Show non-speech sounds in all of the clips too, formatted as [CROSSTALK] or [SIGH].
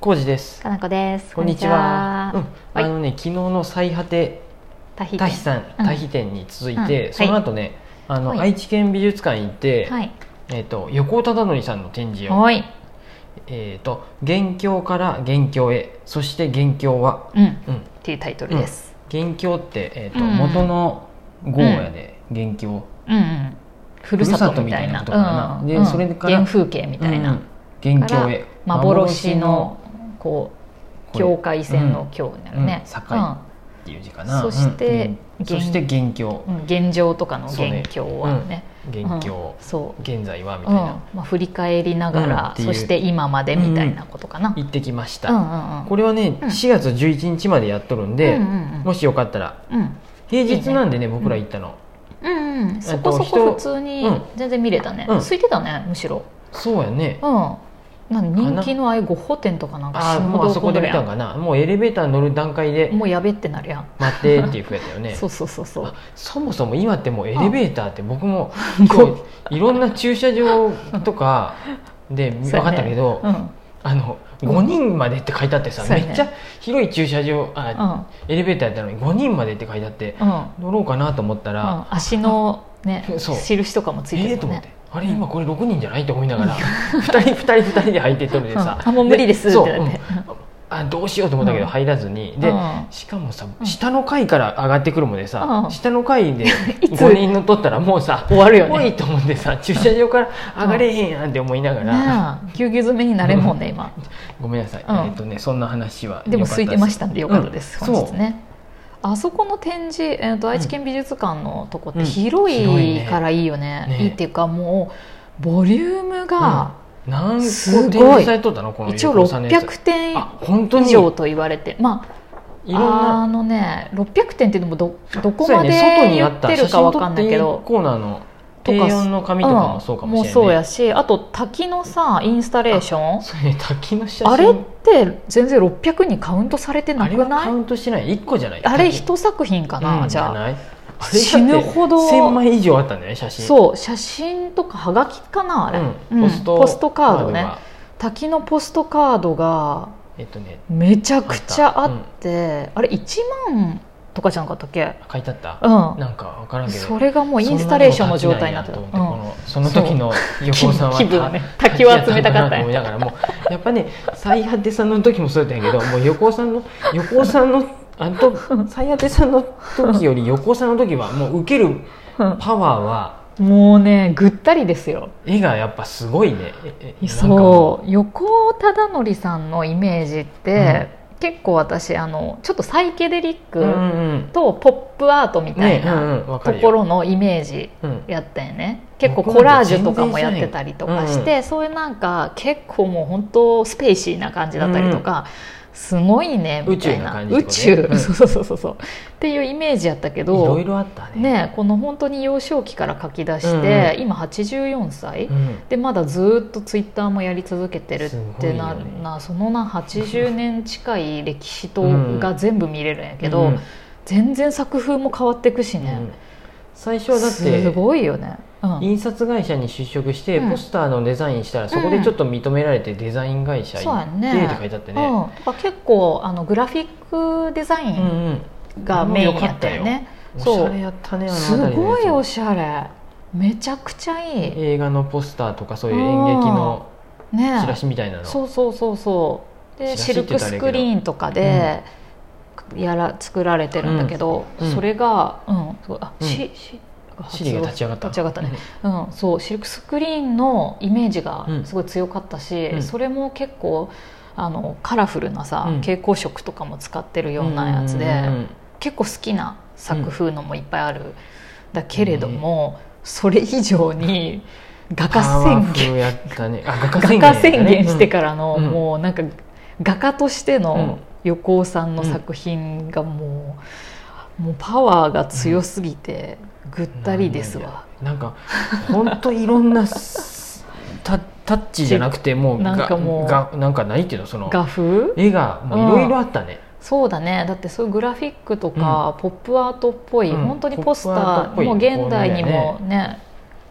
コウジです。かなこです。こんにちは。こんうにんち、あはいのね、昨日の最果て、タヒタヒさん、うんタヒ店に続いうんはて、いその後ね。あの、はい愛知県美術館行って、はい。えっ、と、横尾忠則さんの展示を。はい。えっ、と、元凶から元凶へ、そして元凶は。うん。っうん、ていうタイトルです。元凶って、えっ、と、うん元の豪やで、元凶。うん、うん。ふるさとみたいな。ふるさとみたいなことかなうんでうんそれから原風景みたいな。うん元凶へ。幻のこう幻の境界線の境になるね。うんうんっていう字かな。そしてうんそして元凶う。ん。うん現状とかのそうね現況はね。元凶。そう。現在はみうたんいな。まあ、振り返りながうんら、っていうそして今までみたいなことかな。行ってきました、うんうんうん、これはね、うん4月11日までやっとるんで、うんうんもしよかったらうんうん平日なんでねいいね僕ら行ったの、うんうん、そこそこ普通にうん全然見れたね、うん空いてたねむしろそうやねうんなんか人気のああいうゴッホ展とかなんかああもうあそこで見たんかかなもうエレベーター乗る段階でもうやべってなるやん、待ってっていうふうやったよねそうそうそうそうあそもそも今ってもうエレベーターって僕も [LAUGHS] うん今日いろんな駐車場と [LAUGHS] かで分そうやかっねたけど、うんあの5人までって書いてあってさ、そうやねめっちゃ広い駐車場うあ、んエレベーターやったのに5人までって書いてあってうんうん乗ろうかなと思ったら、足のねそう印とかもついえてえるともん思っねて、あれ今これ6人じゃないと思いながら2 [LAUGHS] 人2人2人で入ってっとるでうんさ、あもう無理ですってそうなっうてんあどうしようと思ったけどうん入らずに、うでんしかもさうん下の階から上がってくるもんでさ、うん下の階で [LAUGHS] いつ5人乗っとったらもうさ終わるよ多ねいと思ってさ駐車場から上がれへんやんって思いながら、ねえぎゅうぎゅう詰めになれんもんね今ごめんなさい、うんえっとねそんな話はでも空いてましたんでよかったです、うん本日ねあそこの展示、えー、と愛知県美術館のとこっうんて広広いねいからいいよね,、ねいいっていうかもうボリュームがうん何すご個い展示されとったのこの一応横尾さんのやつ600点あ本当以にい上ろと言われてまんああなのね600点っていうのもどどこまでそうやね言ってるかわかんない写真撮ってけいいど。コーナーのとか A4 の紙とかもそうかもしれない、ねうんもうそうやしあと滝のさインスタレーションそうね滝の写真あれって全然600にカウントされてあなれくはカないウントしてない一個じゃないあれ一一作品かな、じゃあないあれ死ぬほど1000枚以上あったんだよね写真うそう写真とかはがきかなあれ、んうんポストポストカードねが滝のポストカードがえっとねめちゃくちゃあってあ,、れ1万とかじゃなかったっけ書いてあった、うなんか分からんんけどそれがもうインスタレーションの状態になってたそうんなもん書きたいなと思ってこのその時の気横尾さんは気分ね滝を集めたかったんとや思いながらもうやっぱね最果てさんの時もそうだったん [LAUGHS] やけどもう横尾さんの横尾さんのあのと最果てさんの時より横尾さんの時はもう受けるうんパワーはもうねぐったりですよ絵がやっぱすごいねええなんかもそう横尾忠則さんのイメージって、結構私あのちょっとサイケデリッううんうクんとポップアートみうんたいねうなんうんわかとるこよろのイメージ、うんやったよね結構コラージュとかもやってたりとかして、そういうなんか結構もう本当スペーシーな感じだったりとか、すごいねみたいな宇宇宙宙,、な感じってことねうんそうそうそうそうそうっていうイメージやったけいろどいろあったねねこの本当に幼少期から書き出して、今84歳、うんでまだずっとツイッターもやり続けてるってな、すごいよねなそのな80年近い歴史と、うんが全部見れるんやけど、うん全然作風も変わってくしうねん、最初はだってすごいよね、うん、印刷会社に就職してうんポスターのデザインしたらそこでちょっと認められてデザイン会社そう行やっんねてって書いてあってねうん、だから結構あのグラフィックデザイうんンうんがメインやったよね、おしそゃうれやったねあのす辺りのごいおやつしゃれめちゃくちゃいいね映画のポスターとかそういう演劇のチラシみたいなのそうそうそうそうでチラシシってル言っクたらあれスやけどクリーンとかで、やら作られてるんだけど、うんうんそれが、うんそうあうんししシリが立ち上がった立ち上がったね、うん、そうシルクスクリーンのイメージがすごい強かったし、うんそれも結構あのカラフルなさ、うん蛍光色とかも使ってるようなやつで、うんうん結構好きな作風のもいっぱいある、だけれども、それ以上に画パ家ワ宣言フルやったねあ画画家家宣言してからの、うんもうなんか画家としてのうん横尾さんの作品がもう,、もうパワーが強すぎてぐったりですわ。なんか本当いろんなすタタッチじゃなくてもうなんかもうががなんかないけどその画風絵がもういろいろあったねそうだねだってそういうグラフィックとか、ポップアートっぽい、うん本当にポスタポップアートっーぽいもう現代にもこね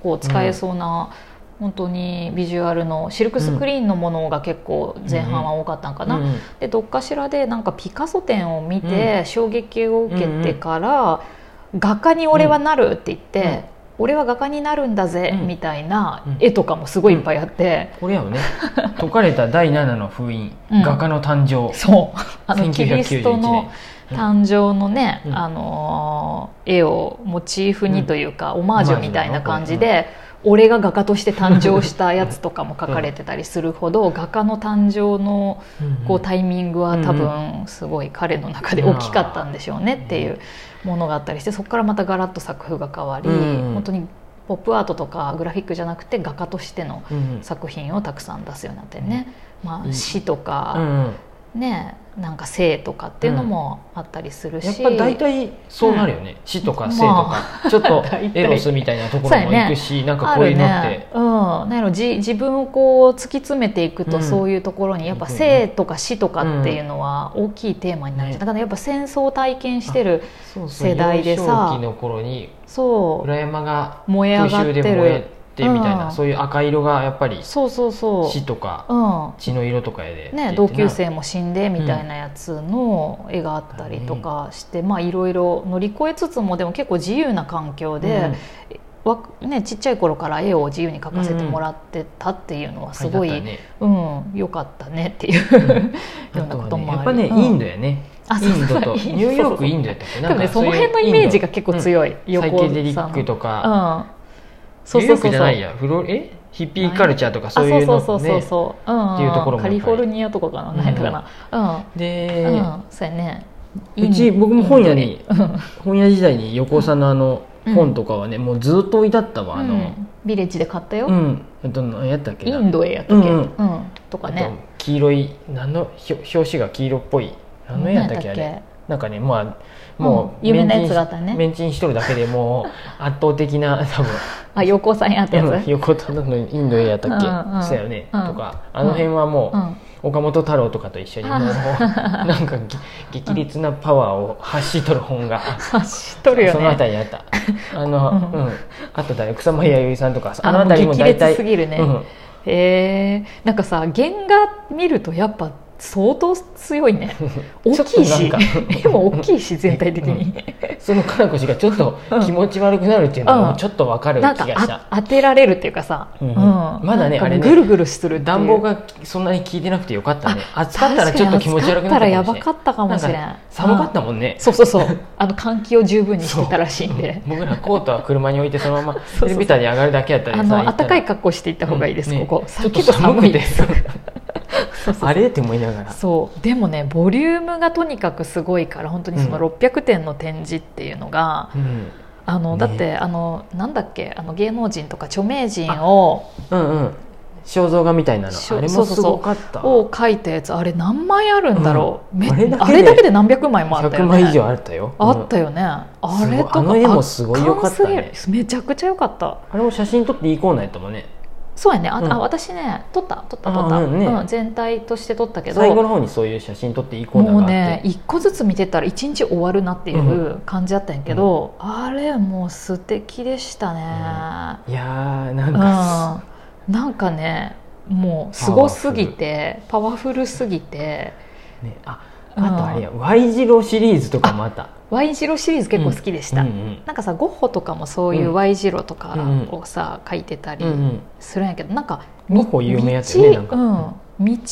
こう使えそうな、本当にビジュアルのシルクスクリーンのものが結構前半は多かったんかな、うんうんでどっかしらでなんかピカソ展を見て衝撃を受けてから、画家に俺はなるって言って、俺は画家になるんだぜ、うんみたいなうん絵とかもすごいいっぱいあって、これやよね解かれた第7の封印、うん画家の誕生そうあのキリスト1991の年誕生のね、うんあのー絵をモチーフにというか、オマージュみたいな感じで、俺が画家として誕生したやつとかも書かれてたりするほど、画家の誕生のこうタイミングは多分すごい彼の中で大きかったんでしょうねっていうものがあったりしてそこからまたガラッと作風が変わり、うん本当にポップアートとかグラフィックじゃなくて画家としてのうんうん作品をたくさん出すようになってね、まうあ、ん詩とうか、んうんねなんか性とかっていうのもあったりするし、やっぱ大体そうなるよね、死とか生とか、ちょ [LAUGHS] っと大体エロスみたいなところも行くし、なんかこういうのって、あるね、うん、なんやろじ自分をこう突き詰めていくと、うんそういうところにやっぱ生とか死とかっていうのは大きいテーマになるじゃん、ねだからやっぱ戦争を体験してるそうそう世代でさ幼少期の頃にそう裏山が燃え上空が襲ってでる燃えてみたいな、うんそういう赤色がやっぱりそうそうそ死とかう、うん血の色とかやで、ね、同級生も死んでみたいなやつの絵があったりとかして、まあいろいろ乗り越えつつもでも結構自由な環境で。うんわね、ちっちゃい頃から絵を自由に描かせてもらってたっていうのはすごい、書てあったねうん、良かったねっていう、 [LAUGHS] ようなこともああとはりねやっぱうんねインドやね、あそイうンドとそうニューヨークインドやったっけ多分ねその辺のイメージが結構い、強い、うんサイケデリックかとか、うんそうニューそヨークうそうじそゃうないやフロえヒッピーカルチャーとかそういうのあそうそうそうねそうそう、うん、っていうところもやっぱカりリフォルニアとかかなうん何とかなで、うん、うんそうやねうち僕も本屋にインドに [LAUGHS] 本屋時代に横尾さんのあのうん本とかはね、もうずっと置いてあったうわんあうのんビレッジで買ったよ、うん、えっと何やったっけイなンドへやったっけ、ううんうんんとかあとね黄色い何のひょ表紙が黄色っぽい何の絵やったっけあ何やったれっなんかねまあうんもう、有メ名ンなチンやつがあったねメンチンしとるだけでもう圧倒的 [LAUGHS] な多分あ横尾さんやったやつ、うん横田のインド絵やったっけ、うんうんそうやよね、うんとかあの辺はもう、うん岡本太郎とかと一緒 [LAUGHS] にもうなんかげ激烈なパワーを発しとる本が走っとるよそのね辺りにあっ [LAUGHS] たあの、ううんんあとだよ草間彌生さんとかあのあの辺りも激大烈体すぎるね、うんへえんかさ原画見るとやっぱ相当強いね大き [LAUGHS] いちょっし [LAUGHS] となんか絵も大きいし全体的に、 [LAUGHS] そのかなこ氏がちょっと気持ち悪くなるっていうのうもんちょっとわかる気ながんかした、あ当てられるっていうかさ、うんままだねあれねぐるぐるするっていう暖房がそんなに効いてなくてよかったね暑かったらちょっと気持ち悪くなった確かに暑かったらやばかったかもしれんなんか寒かったもんうねん、そうそうそうあの換気を十分にしてたらしいんで僕らコートは車に置いてそのままそうそうエレベーターに上がるだけやったりあさの行った暖らかい格好していった方がいいです、うんねここちょっと寒くてそうそうそう [LAUGHS] あれって思いながらそうでもねボリュームがとにかくすごいから本当にそのうん600点の展示っていうのが、うんあのねだって、あのなんだっけあの芸能人とか著名人をうんうん肖像画みたいなの肖あれそもうそうすそうごかったを描いたやつあれ何枚あるんだろう、うんめあれだけであれだけで何百枚もあったよ100ね枚以上あったよあったよよね、あれとかあの絵もすごい良かったね圧巻すぎるめちゃくちゃ良かったあれも写真撮っていいコーナーやったもんねそうやねあ,、うんあ私ね撮った撮った撮った、あうんねうん全体として撮ったけど最後の方にそういう写真撮っていいコーナーもがあうってね一個ずつ見てたら一日終わるなっていう感じだったんやけど、あれもう素敵でしたね、いやーなうんんかなんかねもうすごすぎてパワフルすぎてす、ね、ああとあれや Y 字路シリーズとかもあったワイジロシリーズ結構好きでした、うんうんなんかさゴッホとかもそういううん Y 字路とかをさ描いてたうんうりんするんやけどなんかゴッホ有名やつよね道なんかうん、道っ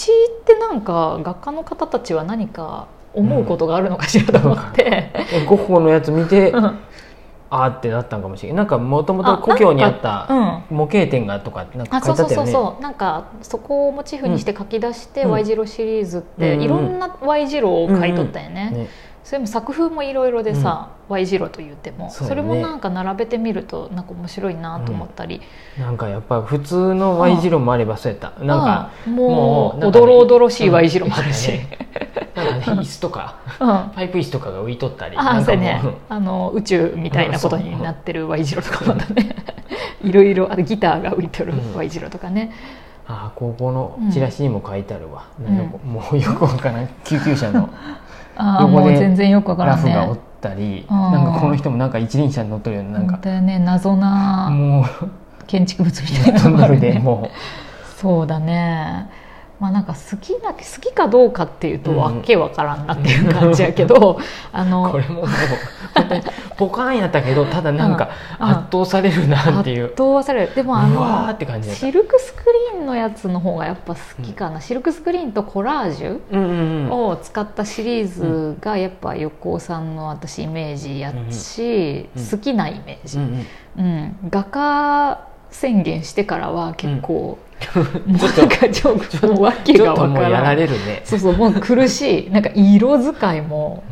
てなんか画家の方たちは何か思うことがあるのかしらと思って、えゴッホのやつ見てうんあーってなったんかもしれないなんかもともあと故郷にあっうたん、模型店がとかなんかあ書そいうてあそったようそうねそうなんかそこをモチーフにして書き出してうん Y 字路シリーズって、うんいろんな Y 字路を書いとったよね,、ねそれも作風もいろいろでさ、Y 字路と言ってもそ,、そうだれよねもなんか並べてみるとなんか面白いなと思ったり、なんかやっぱ普通の Y 字路もあればそうやったなんかうんももううなんかおどろおどろしいうん Y 字路もあるし、そうだなんかね椅子とかうん、あパイプ椅子とかが浮いとったりなあんそかうもねうあの宇宙みたいなことになってる Y 字路とかもねいろいろあとギターが浮いてるうん Y 字路とかね、ああ高校のチラシにも書いてあるわ、なんかうもうよくわからん救急車のああ横もうで全然よくわかラらんフねがおったり、うんなんかこの人もなんか一輪車に乗っとるようななん本か当よね謎なもう建築物みたいネッなトのがなあるるねでも [LAUGHS] そうだねまあなんか好きな好きかどうかっていうとうんわけわからんなっていう感じやけど、 [LAUGHS] あうこのれももう本当にポカーンやったけどただなんかうん圧倒されるなっていう圧倒はされるでもあうわーのって感じだったシルクスクリーンのやつの方がやっぱ好きかな、シルクスクリーンとコラージュうんうんうんを使ったシリーズがやっぱ横尾さんの私イメージやし、うんうん好きなイメージ、ううんん画家宣言してからは結構、うんもうなんかちょっともう訳ちょがっと分もかうやららんれるねそうそうもう苦しいなんか色使いも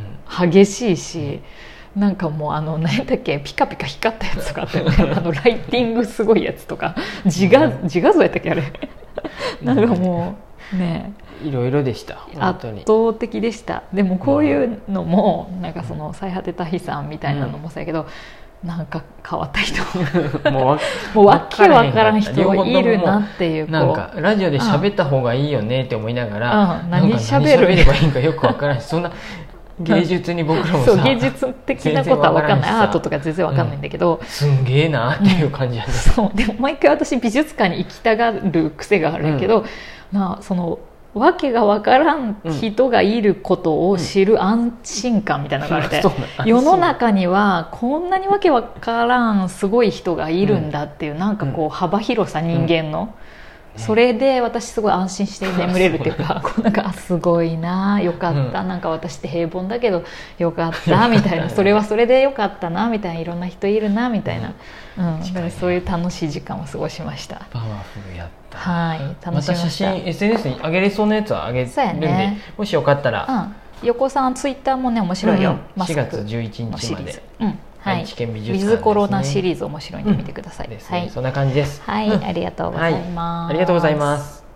激しいし、なんかもうあの何だっけピカピカ光ったやつとかあったよね [LAUGHS] あのライティングすごいやつとか自画自画像やったっけあれ [LAUGHS] なんかもうねいろいろでした本圧当に倒的でしたでもこういうのも、なんかその最果てた悲惨みたいなのもそうやけど、なんか変わった [LAUGHS] 人 [LAUGHS] もうわもうわけわからん人わからがへんかったいるなっていうなんこかラジオで喋った方がいいよねって思いながら、うんなんか何喋る何喋ればいいんかよくわからんしそん [LAUGHS] な芸術に僕らうもそさう芸術的なことは分かんないアートとか全然分かんないんだけど、すんげえなっていう感じやった、そうでも毎回私美術館に行きたがる癖があるけど、まあそのわけが分からん人がいることを知る安心感みたいなのがあっ [LAUGHS] て、そうなん世の中にはこんなにわけわからんすごい人がいるんだっていう、なんかこう幅広さ人間の、うんそれで私すごい安心して眠れるっていうかこうなんかあすごいなよかった、うなんか私って平凡だけどよか [LAUGHS] ったみたいなそれはそれでよかったなみたいないろんな人いるなみたいな、うんだからそういう楽しい時間を過ごしました。パワフルやったはい楽ましみた写ました、真 SNS に上げれそうなやつは上げるんそうやで、ねもしよかったら、うん、横尾さんツイッターもね面白いよ、うんマ4ス月ク11日まで、うん、はい。愛知県美術館でウィすねズコロナシリーズ面白いんで見てください。ですはねい。そんな感じです、はい、うんありがとうございます。ありがとうございます